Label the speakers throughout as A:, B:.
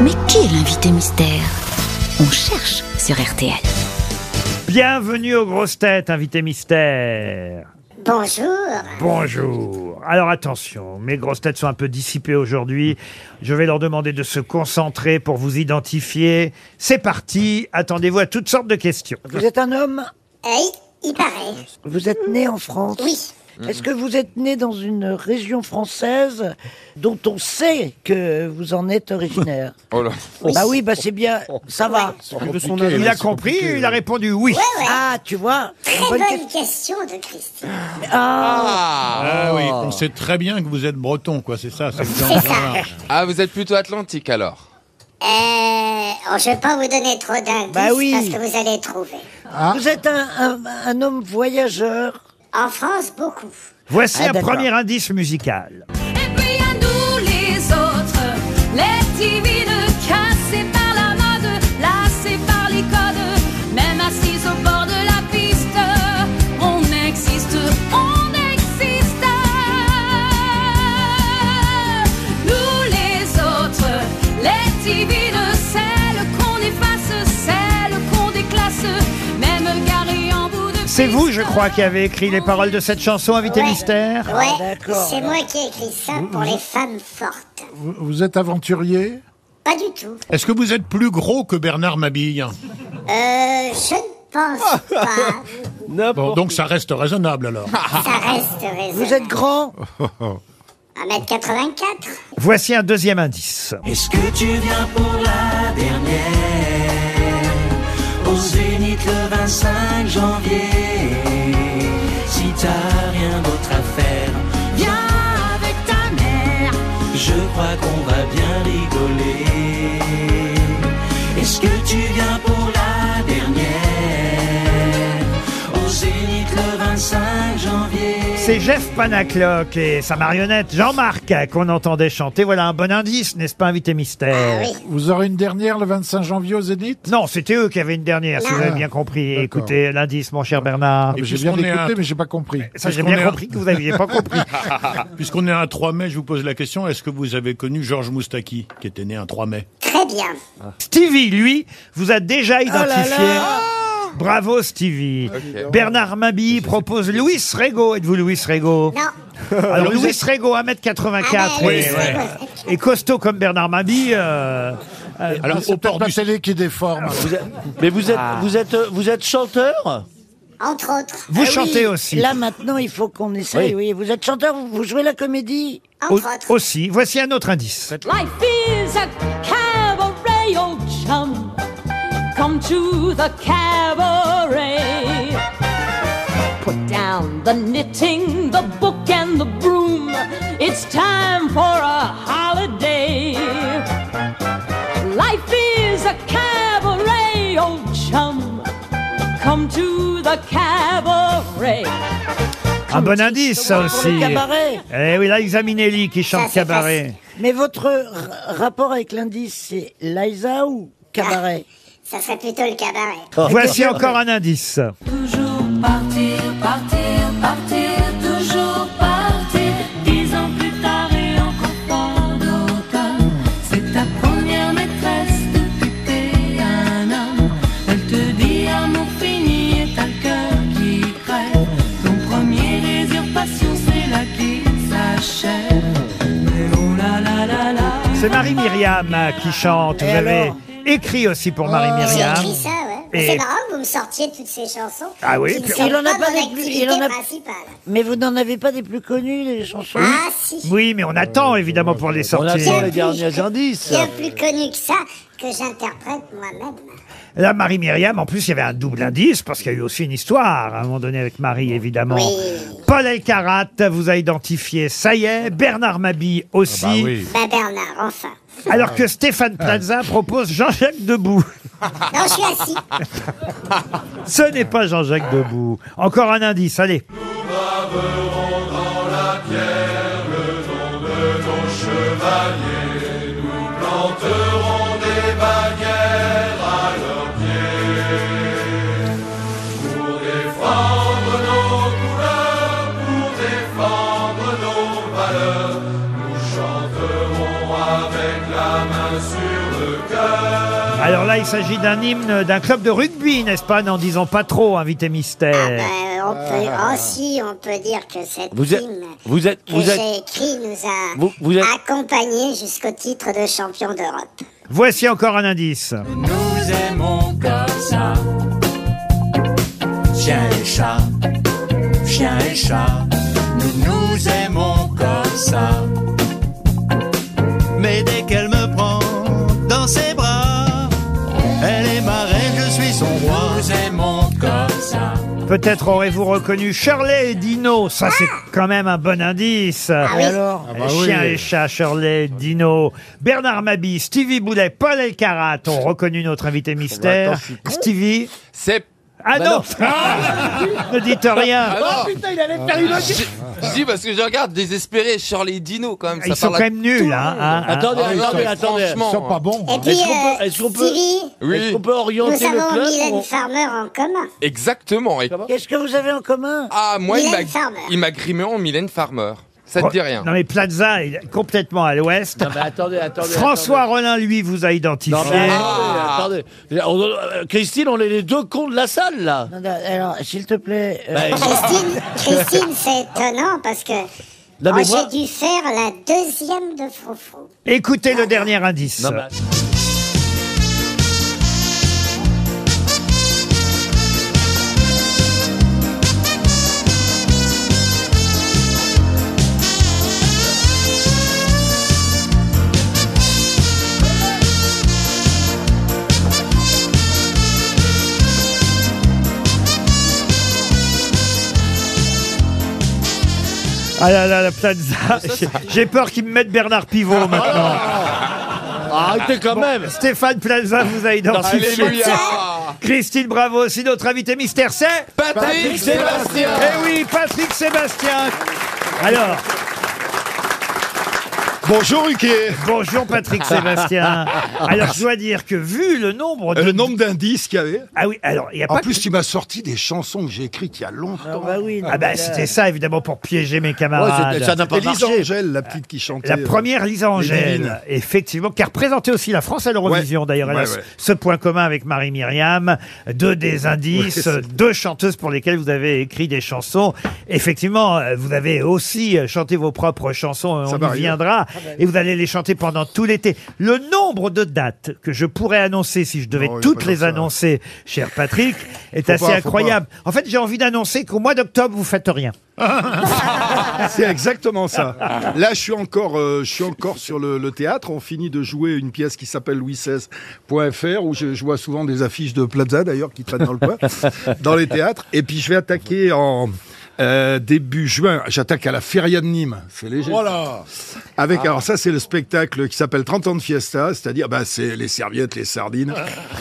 A: Mais qui est l'invité mystère On cherche sur RTL.
B: Bienvenue aux grosses têtes, invité mystère.
C: Bonjour.
B: Bonjour. Alors attention, mes grosses têtes sont un peu dissipées aujourd'hui. Je vais leur demander de se concentrer pour vous identifier. C'est parti. Attendez-vous à toutes sortes de questions.
D: Vous êtes un homme
C: Hey, il paraît.
D: Vous êtes né en France
C: Oui.
D: Est-ce que vous êtes né dans une région française dont on sait que vous en êtes originaire
E: Oh là.
D: Bah oui, bah c'est bien, ça va.
B: Il a compris, il a répondu oui.
D: Ah, tu vois
C: Très
D: bonne
C: bonne,
D: question.
C: question de Christine.
D: Ah,
F: Ah oui, on sait très bien que vous êtes breton, quoi, c'est ça. C'est
C: C'est ça.
E: Ah, vous êtes plutôt atlantique alors
C: Euh, oh, je ne vais pas vous donner trop d'indices
D: Bah oui.
C: parce que vous allez trouver.
D: Vous êtes un, un- un homme voyageur
C: En France, beaucoup.
B: Voici
D: Ah,
B: un
D: d'accord.
B: premier indice musical.
G: Et puis à nous les autres, les timides, cassés par la mode, lassés par les codes, même assis au bord de la piste, on existe, on existe. Nous les autres, les timides, celles qu'on efface, celles qu'on déclasse, même garés en bout de
B: C'est vous, je
G: piste.
B: crois, qui avez écrit les paroles de cette chanson, invité
C: Ouais.
B: mystère
C: Ouais,
D: Ah, d'accord,
C: c'est moi qui ai écrit ça pour les femmes fortes.
F: Vous, êtes aventurier
C: Pas du tout.
F: Est-ce que vous êtes plus gros que Bernard Mabille
C: Euh, je ne pense pas.
F: Bon, donc ça reste raisonnable alors.
C: Ça reste raisonnable.
D: Vous êtes grand
C: 1m84
B: Voici un deuxième indice.
H: Est-ce que tu viens pour la dernière Aux Zénith le 25 janvier Si t'as rien d'autre à faire,
G: Viens avec ta mère.
H: je crois qu'on va bien rigoler Est-ce que tu viens pour la dernière Aux Zénith le 25 janvier
B: C'est Jeff Panaclock et sa marionnette Jean-Marc euh, qu'on entendait chanter. Voilà un bon indice, n'est-ce pas, invité mystère
C: Ah oui.
F: Vous aurez une dernière le 25 janvier au Zénith
B: Non, c'était eux qui avaient une dernière, si
C: Ah,
B: vous avez bien compris.
F: d'accord.
B: Écoutez l'indice, mon cher Bernard.
F: J'ai bien écouté, mais j'ai pas compris.
B: Ça, j'ai bien compris que vous n'aviez pas compris.
F: Puisqu'on est à 3 mai, je vous pose la question, est-ce que vous avez connu Georges Moustaki, qui était né un 3 mai
C: Très bien.
B: Stevie, lui, vous a déjà identifié.
D: là.
B: Bravo, Stevie.
E: Ok.
B: Bernard Mabille propose Louis Rego. Êtes-vous Louis Rego
C: Non.
B: Alors, Louis Rego, 1m84.
C: Ah, ben,
B: et,
C: c'est bon.
B: et costaud comme Bernard Mabille. euh,
F: Alors, au port du... télé qui déforme.
I: Mais vous êtes, vous êtes, euh, vous êtes chanteur
C: Entre autres.
B: vous
D: Ah oui,
B: chantez aussi.
D: Là maintenant, il faut qu'on essaye. Oui. vous êtes chanteur, vous- vous jouez la comédie
C: Entre
B: Au-
C: autres.
B: aussi. Voici un autre indice.
G: Life is a cabaret, old chum. Come to the cabaret. Put down the knitting, the book, and the broom. It's time for a holiday. Life is a cabaret, old chum. Come to the cabaret.
B: Un bon indice, ça aussi.
D: Le cabaret
B: Eh oui, là, Examinelli qui chante
C: Ça, c'est
B: cabaret.
D: Mais votre r- rapport avec l'indice, c'est Liza ou cabaret
C: Ça serait plutôt le cabaret.
B: Voici encore un indice.
G: Toujours partir, partir, partir, toujours partir. Dix ans plus tard et encore fort d'automne. C'est ta première maîtresse depuis que t'es un homme. Elle te dit amour fini et t'as le cœur qui crève. Ton premier désir passion, c'est là qu'il s'achève. Mais oh là là là là.
B: C'est Marie Myriam euh, qui chante. Vous
D: Et
B: avez
D: alors
B: écrit aussi pour Marie
C: Oh, J'ai
B: Myriam.
C: écrit ça, ouais.
B: Et-
C: C'est marrant que vous me sortiez toutes ces chansons.
B: Ah oui,
C: qui ne
B: puis-
C: sont
D: Il en a
C: mon
D: pas des plus-
C: activité
D: il en a-
C: principale.
D: Mais vous n'en avez pas des plus connus, les chansons
B: Hein
C: Ah si,
B: Oui, mais on attend évidemment pour les
I: On attend
B: sortir.
I: les derniers indices.
C: bien plus connu que ça, que j'interprète moi-même.
B: Là, Marie Myriam, en plus, il y avait un double indice parce qu'il y a eu aussi une histoire à un moment donné avec Marie, évidemment.
C: Oui.
B: Paul Elkarat vous a identifié, ça y est. Bernard Mabille aussi.
C: Bah Bernard, enfin.
B: Alors que Stéphane Plaza propose Jean-Jacques Debout.
C: Non, je suis assis.
B: Ce n'est pas Jean-Jacques Debout. Encore un indice, allez.
H: Nous chanterons avec la main sur le
B: Alors là, il s'agit d'un hymne d'un club de rugby, n'est-ce pas N'en disons pas trop, invité mystère.
C: Euh, on peut aussi, on peut dire que cette
I: Ah. Vous êtes,
C: hymne
I: vous êtes,
C: que
I: vous êtes.
C: j'ai écrite nous a
I: Vous- vous êtes-
C: accompagnés jusqu'au titre de champion d'Europe.
B: Voici encore un indice.
H: Nous aimons comme ça. Chien et chat, chien et chat. Nous nous aimons comme ça. Mais dès qu'elle me prend dans ses bras, elle est ma reine, je suis son roi. Nous aimons comme ça.
B: Peut-être aurez-vous reconnu Shirley et Dino. Ça, c'est quand même un bon indice.
E: Ah
D: Et alors
E: bah
B: Chien et chat, Shirley, Dino, Bernard Mabi, Stevie Boulet, Paul Elkarat ont reconnu notre invité mystère.
E: Bah,
B: Stevie.
E: C'est.
B: Ah
E: Bah
B: non,
E: non.
B: Ne dites rien
E: Ah non,
I: Putain, il allait faire une
E: je, je dis parce que je regarde désespéré Shirley Dino quand même.
B: Ils
E: ça
B: sont
E: parle
B: quand
E: à-
B: même nuls, hein, hein, hein.
I: Attendez,
E: Ah, ils
I: attendez,
E: sont-
I: attendez.
E: franchement,
C: Et puis,
I: Est-ce qu'on peut-
C: euh,
I: est-ce qu'on peut-
C: Stevie,
I: Est-ce
E: Oui,
I: qu'on peut
C: nous
I: orienter le
C: avons
I: club
C: Mylène
I: ou-
C: Farmer en commun.
E: exactement. Et-
D: Qu'est-ce que vous avez en commun
E: ah, moi, il
C: Mylène
E: m'a-
C: Farmer.
E: il m'a grimé en Mylène Farmer. Ça te dit rien.
B: Oh, Non mais Plaza il est complètement à l'ouest.
I: Non, mais attendez, attendez.
B: François
I: attendez.
B: Rollin, lui, vous a identifié.
I: Non, mais
E: Ah.
I: attendez, attendez. On- euh, Christine, on est les deux cons de la salle, là.
D: Non, non, Alors, s'il te plaît. euh,
I: Bah,
C: Christine, Christine c'est étonnant parce que
I: Non,
C: oh,
I: Ah,
F: Ah,
I: mais moi-
C: j'ai dû faire la deuxième de Froufrou.
B: Écoutez le dernier indice.
I: non, bah,
B: Ah là là, la Plaza. J'ai- J'ai peur qu'ils me mettent Bernard Pivot maintenant.
F: Ah,
I: arrêtez quand même.
B: Stéphane Plaza vous a identifié.
E: Alléluia.
B: Christine Bravo, aussi notre invité mystère, c'est...
E: Patrick Sébastien.
B: Eh oui, Patrick Sébastien. Alors,
J: Bonjour Ruquier
B: bonjour Patrick Sébastien. Alors, je dois dire que vu le nombre de...
J: Le nombre d'indices qu'il y avait
B: Ah oui, alors, il n'y a
J: En
B: pas...
J: plus, il m'a sorti des chansons que j'ai écrites il y a longtemps.
D: Ah bah oui.
B: Ah ben, c'était ça, évidemment, pour piéger mes camarades.
I: Ouais, c'était- ça n'a pas
J: Élise
I: marché.
J: Angèle, la petite qui chantait.
B: La
J: euh,
B: première, Lisa Angèle,
J: divines.
B: effectivement, qui a représenté aussi la France à l'Eurovision
J: Ouais.
B: d'ailleurs. Elle a
J: Ouais,
B: ce-
J: ouais.
B: ce point commun avec Marie Myriam, deux des indices,
J: Ouais, c'est-
B: deux chanteuses pour lesquelles vous avez écrit des chansons. Effectivement, euh, vous avez aussi euh, chanté vos propres chansons, euh,
J: Ça
B: on y
J: m'arrive.
B: viendra, et vous allez les chanter pendant tout l'été. Le nombre de dates que je pourrais annoncer, si je devais
J: Non, il y a
B: toutes
J: pas
B: les
J: comme ça.
B: annoncer, cher Patrick, est
J: Faut
B: assez
J: pas, faut
B: incroyable. En fait, j'ai envie d'annoncer qu'au mois d'octobre, vous faites rien.
J: C'est exactement ça. Là, je suis encore, euh, je suis encore sur le, le théâtre. On finit de jouer une pièce qui s'appelle Louis XVI.fr où je, je vois souvent des affiches de Plaza d'ailleurs qui traînent dans le coin, dans les théâtres. Et puis je vais attaquer en euh, début juin. J'attaque à la Feria de Nîmes. C'est léger.
F: Voilà
J: Avec alors ça, c'est le spectacle qui s'appelle 30 ans de fiesta, c'est-à-dire bah c'est les serviettes, les sardines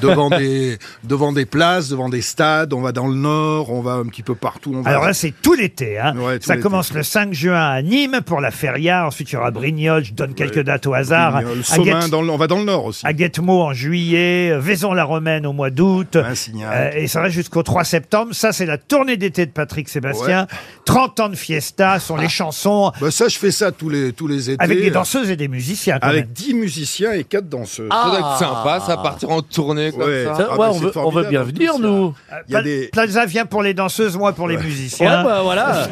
J: devant des devant des places, devant des stades. On va dans le nord, on va un petit peu partout. On va
B: Alors là, c'est tout l'été. Hein.
J: Ouais, tout
B: ça
J: l'été.
B: commence le 5 juin à Nîmes pour la Feria. Ensuite, il y aura Brignoles. Je donne quelques dates au hasard.
J: Vignoles,
B: à
J: Somain,
B: Guet-
J: dans le- on va dans le nord aussi.
B: à Guettemot en juillet, euh, Vaison-la-Romaine au mois d'août. Euh,
J: Vinsignac.
B: et ça va jusqu'au 3 septembre. Ça, c'est la tournée d'été de Patrick Sébastien. 30 ans de fiesta sont les chansons
J: Bah ça, je fais ça tous les tous les étés.
B: avec des danseuses et des musiciens. Quand
J: euh, Avec
B: même. Ah,
J: 10 musiciens et 4 danseuses.
E: Ça doit être sympa, ça, partir en tournée comme
J: Ah. Ouais.
E: ça.
I: Ça,
J: Ah,
I: ouais,
J: mais
I: on,
J: c'est
I: veut, on veut
J: formidable,
I: bien
J: en plus,
I: venir,
J: là.
I: nous.
J: Il y a
B: Pla-
J: des
B: Plaza vient pour les danseuses, moi pour les
I: Ouais,
B: musiciens.
I: bah voilà.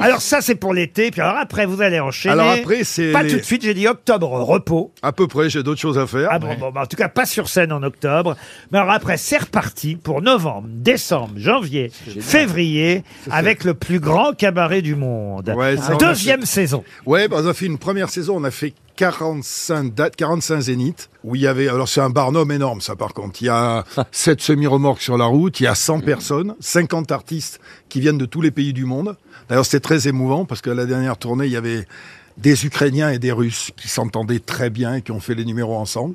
B: Alors ça, c'est pour l'été. Puis alors après, vous allez enchaîner.
J: Alors après, c'est
B: Pas
J: les-
B: tout de suite, j'ai dit octobre, repos.
J: à peu près, j'ai d'autres choses à faire.
B: Ah bon, bon, bah, en tout cas, pas sur scène en octobre. Mais alors après, c'est reparti pour novembre, décembre, janvier, février, avec le plus grand cabaret du monde.
J: Ouais, ça, on a
B: Deuxième saison.
J: Ouais, bah, on a fait une première saison, on a fait 45 dates, 45 zéniths, où il y avait, alors c'est un barnum énorme ça par contre, il y a
B: Ah.
J: 7 semi-remorques sur la route, il y a
B: Mmh.
J: 100 personnes, 50 artistes qui viennent de tous les pays du monde. D'ailleurs c'était très émouvant parce que la dernière tournée, il y avait des Ukrainiens et des Russes qui s'entendaient très bien et qui ont fait les numéros ensemble.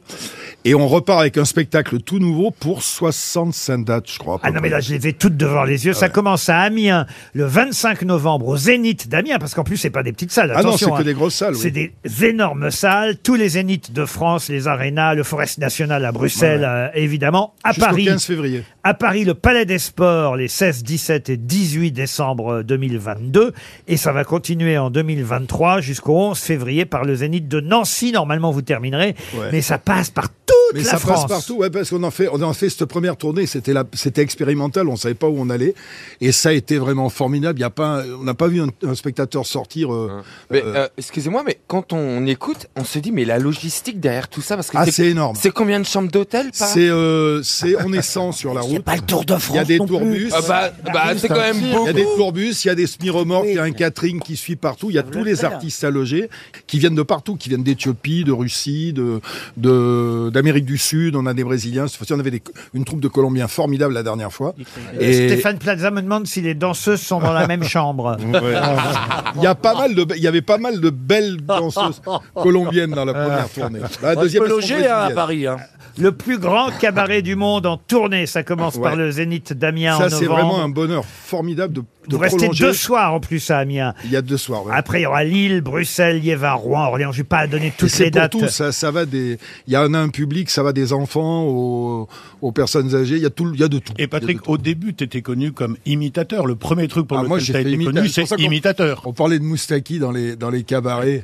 J: Et on repart avec un spectacle tout nouveau pour 65 dates, je crois. à peu
B: Ah non, mais là,
J: près.
B: je les ai toutes devant les yeux. Ça commence à Amiens, le 25 novembre, au Zénith d'Amiens, parce qu'en plus, c'est pas des petites salles.
J: Ah non, c'est
B: attention,
J: que
B: hein.
J: des grosses salles.
B: C'est
J: oui.
B: des énormes salles, tous les zéniths de France, les arénas, le Forest National à Bruxelles,
J: Ouais,
B: euh, évidemment, à
J: Jusqu'au
B: Paris.
J: 15 février.
B: À Paris, le Palais des Sports, les 16, 17 et 18 décembre 2022. Et ça va continuer en 2023 jusqu'au 11 février par le Zénith de Nancy. Normalement, vous terminerez.
J: Ouais.
B: Mais ça passe par tous toute
J: Mais
B: la
J: ça
B: France.
J: passe partout, ouais, parce qu'on en fait, on en fait cette première tournée, c'était la- c'était expérimental, on savait pas où on allait, et ça a été vraiment formidable. Il y a pas, un- on n'a pas vu un, un spectateur sortir. euh,
E: Mais
J: euh,
E: euh, excusez-moi, mais quand on écoute, on se dit, mais la logistique derrière tout ça, parce que
J: Ah, c'est énorme.
E: C'est combien de chambres d'hôtel par
J: c'est, euh, c'est, on est 100 sur la route.
D: pas le Tour de France
J: Il y a des
D: non plus.
J: tourbus.
E: Ah bah, bah, c'est quand même
J: Il y
E: beaucoup.
J: a des tourbus, il y a des semi-remorques, il y a un catering qui suit partout. Il y a tous les
D: faire.
J: artistes à loger qui viennent de partout, qui viennent d'Éthiopie, de Russie, de de- d'Amérique du Sud. On a des Brésiliens. Cette fois-ci, on avait des- une troupe de Colombiens formidable la dernière fois. Et-
B: Stéphane Plaza me demande si les danseuses sont dans la même chambre.
J: Mm. Ah, Il y a pas mal de, be- il y avait pas mal de belles danseuses colombiennes dans la
B: Ah.
J: première tournée. La
I: On
J: deuxième,
I: peut
J: elles sont
I: loger hein, à
J: brésiliennes.
I: Paris. hein.
B: Le plus grand cabaret du monde en tournée. Ça commence par
J: Ouais.
B: le Zénith d'Amiens hein, en
J: Ça, c'est
B: novembre.
J: vraiment un bonheur formidable de, de
B: Vous restez
J: prolonger.
B: deux soirs en plus à Amiens.
J: Il y a deux soirs. ouais.
B: Après, il y aura Lille, Bruxelles, Liévin, Rouen, Orléans. Je vais pas donner
J: Et
B: toutes
J: c'est
B: les
J: pour
B: dates.
J: tout, ça, ça va des. Il y en a un public, ça va des enfants aux, aux personnes âgées, il y a tout, il y a de tout.
F: Et
J: Il y a de
F: Patrick,
J: tout.
F: au début, tu étais connu comme imitateur. Le premier truc pour
J: Ah, moi,
F: lequel
J: j'ai
F: tu as
J: fait
F: été
J: imita-
F: connu,
J: c'est pour
F: c'est
J: ça qu'on-
F: imitateur.
J: on parlait de Moustaki dans les dans les cabarets.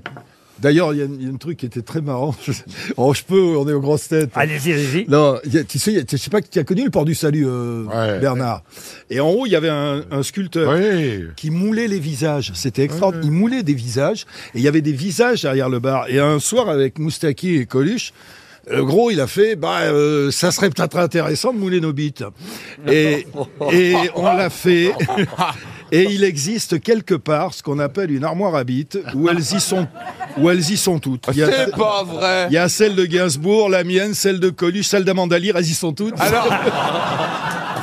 J: D'ailleurs, il y a- il y, a un truc qui était très marrant. oh, je peux, on est aux grosses têtes.
B: Allez-y, allez-y.
J: Non, il y a- tu sais, il y a- tu sais pas qui a connu le port du salut, euh,
K: Ouais.
J: Bernard. Et en haut, il y avait un, un sculpteur.
K: Oui.
J: qui moulait les visages. C'était extraordinaire. Il moulait des visages et il y avait des visages derrière le bar. Et un soir, avec Moustaki et Coluche, le gros, il a fait, bah, euh, ça serait peut-être intéressant de mouler nos bites. Et, et on l'a fait. Et il existe quelque part ce qu'on appelle une armoire à bites où elles y sont, où elles y sont toutes. Il y a,
E: C'est pas vrai.
J: il y a celle de Gainsbourg, la mienne, celle de Coluche, celle d'Amanda Lear, elles y sont toutes.
B: Ah,
E: Alors,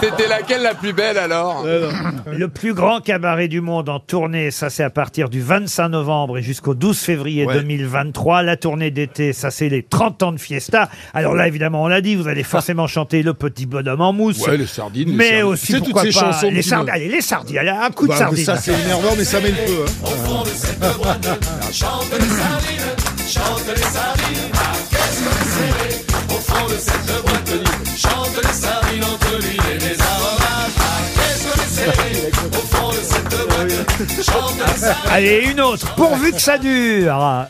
E: c'était laquelle la plus belle alors
J: Euh,
B: Le plus grand cabaret du monde en tournée, ça c'est à partir du 25 novembre et jusqu'au 12 février
J: Ouais.
B: 2023. La tournée d'été, ça c'est les 30 ans de Fiesta. Alors là, évidemment, on l'a dit, vous allez forcément chanter Le Petit Bonhomme en mousse.
J: Ouais, les sardines, les
B: Mais
J: sardines.
B: aussi,
J: C'est
B: pourquoi
J: toutes ces
B: pas,
J: chansons
B: les
J: qui
B: sardines.
J: me-
B: Allez, les sardines, allez, un coup de
J: Bah,
B: sardine.
J: Ça, c'est énervant, mais ça met le feu. hein.
B: Allez, une autre, pourvu que ça dure.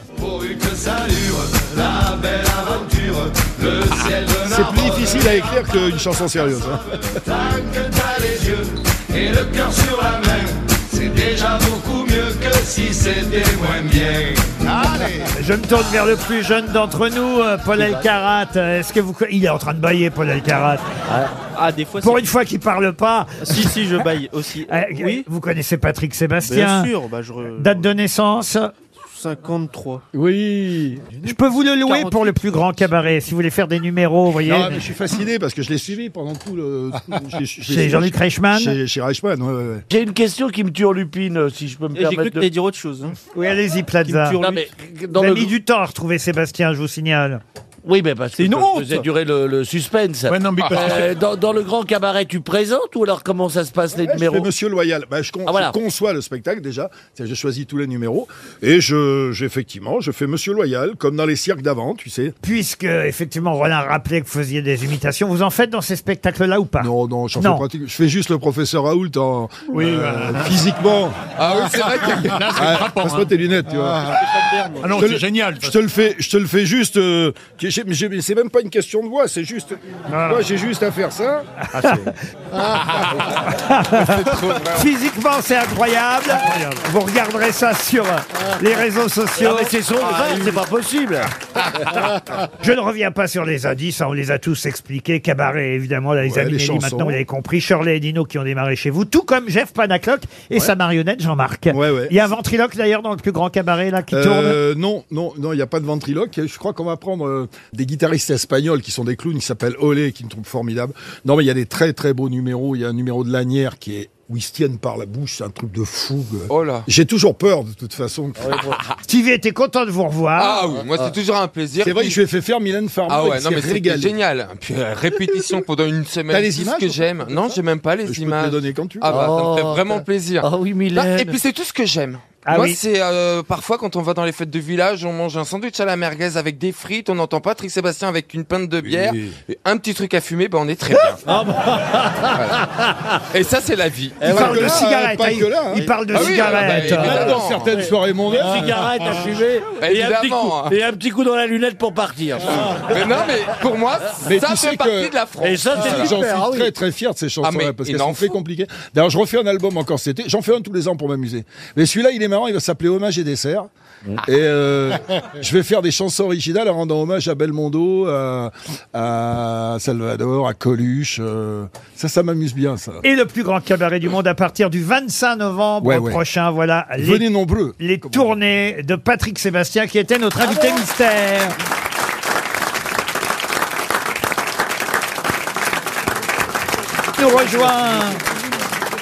J: C'est plus difficile à écrire qu'une chanson sérieuse. hein.
B: Je me tourne vers le plus jeune d'entre nous, euh, Paul Elkarat. Euh, Est-ce que vous... Il est en train de bailler, Paul Elkarat.
I: Ah, des fois, Ah,
B: Pour une fois qu'il parle pas,
I: si, si, je baille aussi.
B: euh, vous connaissez Patrick Sébastien.
I: sûr, bah, je re-
B: Date de naissance
I: 53.
J: Oui.
B: Je peux vous le louer pour le plus grand cabaret, si vous voulez faire des numéros, vous voyez.
J: Non, mais je suis fasciné parce que je l'ai suivi pendant tout le. tout- je l'ai- je l'ai-
B: Chez Jean-Luc Reichmann
J: Chez, chez Reichmann, ouais, ouais, ouais.
I: J'ai une question qui me tue en lupine, euh, si je peux me permettre. de-
K: dire autre chose.
B: Oui, allez-y, Plaza.
I: Qui hein. me tue en
B: Vous
I: lupine.
K: Dans
B: avez
K: le...
B: mis du temps à retrouver Sébastien, je vous signale.
I: Oui, mais parce que
F: une
I: je
F: honte.
I: faisais durer le, le suspense.
F: Ah, Ouais, non, mais parce que
I: Euh, dans, dans le grand cabaret, tu présentes ou alors comment ça se passe les
J: Ouais, Eh, je fais
I: numéros
J: Monsieur Loyal. Bah, je, con-
I: Ah, voilà.
J: je conçois le spectacle déjà. C'est-à-dire, Je choisis tous les numéros et je, j'effectivement, je fais Monsieur Loyal comme dans les cirques d'avant, tu sais.
B: Puisque, effectivement, Roland rappelait que vous faisiez des imitations, vous en faites dans ces spectacles-là
F: Ah.
B: ou pas
J: Non, non, j'en
B: Non.
J: fais pratique. Je fais juste le professeur Raoult en
F: Oui, bah.
J: euh, physiquement.
E: Ah oui, c'est vrai qu'il y a-
F: Là, c'est
J: Ah,
F: frappant.
J: Passe-moi
F: hein.
J: tes lunettes, tu vois.
F: Ah non,
J: Je te
F: c'est
J: le-
F: génial.
J: Je te le fais, je te le fais juste. euh, j'ai- j'ai- j'ai- mais c'est même pas une question de voix, c'est juste. Moi, j'ai juste à faire ça.
F: Ah,
B: Physiquement, c'est incroyable. Vous regarderez ça sur euh, les réseaux sociaux.
I: Ah, mais c'est son vrai, c'est pas possible.
B: Je ne reviens pas sur les indices, hein, on les a tous expliqués. Cabaret, évidemment, là, les
J: Ouais,
B: amis,
J: les
B: Nelly,
J: chansons.
B: maintenant, vous l'avez compris. Shirley et Dino qui ont démarré chez vous, tout comme Jeff Panaclock et sa marionnette Jean-Marc.
J: Ouais, ouais.
B: Il y a un ventriloque d'ailleurs dans le plus grand cabaret là qui tourne.
J: Euh, non, non, non, il n'y a pas de ventriloque. Je crois qu'on va prendre euh, des guitaristes espagnols qui sont des clowns, qui s'appellent Olé, qui me trouvent formidable. Non, mais il y a des très très beaux numéros. Il y a un numéro de Lanière qui est où ils se tiennent par la bouche, c'est un truc de fougue.
E: Oh Ah là.
J: J'ai toujours peur de toute façon.
B: Stevie était content de vous revoir.
E: Ah oui, moi c'est toujours un plaisir.
J: C'est vrai que
E: Puis-
J: je vais fait faire Mylène Farmer.
E: Ah ouais,
J: il
E: non
J: s'est
E: mais c'était
J: régalé.
E: génial. Puis euh, répétition pendant une semaine.
J: T'as les
E: tout
J: images,
E: ce que
J: toi,
E: j'aime. Non, j'ai même pas les
J: Je peux te les
E: images.
J: donner quand tu veux.
E: Ah bah ça me fait
I: Oh,
E: vraiment plaisir.
I: Ah oui, Mylène.
E: Et puis c'est tout ce que j'aime.
B: Ah
E: Moi,
B: oui.
E: c'est euh, parfois quand on va dans les fêtes de village, on mange un sandwich à la merguez avec des frites, on n'entend pas Patrick Sébastien avec une pinte de bière, et un petit truc à fumer, ben on est très bien.
J: Ah
E: Voilà. Et ça, c'est la vie.
B: Il parle de cigarette. hein, il- Il parle de
E: Ah oui,
B: cigarette.
E: bah, évidemment. Dans certaines soirées mondaines.
I: Une cigarette à fumer
E: Bah,
I: et, un petit coup,
E: évidemment, hein.
I: et un petit coup dans la lunette pour partir.
E: Mais non, mais pour moi,
J: Mais
E: ça
J: tu
E: fait
J: sais
E: partie
J: que-
E: de la France.
I: Et ça, c'est
J: J'en suis
I: super, ah oui.
J: très très fier de ces chansons-là
E: mais
J: parce
E: il
J: qu'elles
E: en
J: sont très
E: faut.
J: compliquées. D'ailleurs, je refais un album encore cet été. J'en fais un tous les ans pour m'amuser. Mais celui-là, il est marrant. Il va s'appeler Hommage et dessert. Et euh, je vais faire des chansons originales en rendant hommage à Belmondo, à, à Salvador, à Coluche. euh, ça, ça m'amuse bien, ça.
B: Et le plus grand cabaret du monde à partir du 25 novembre
J: Ouais, ouais.
B: prochain. Voilà les,
J: Venez nombreux.
B: les tournées de Patrick Sébastien qui était notre invité mystère. Nous rejoint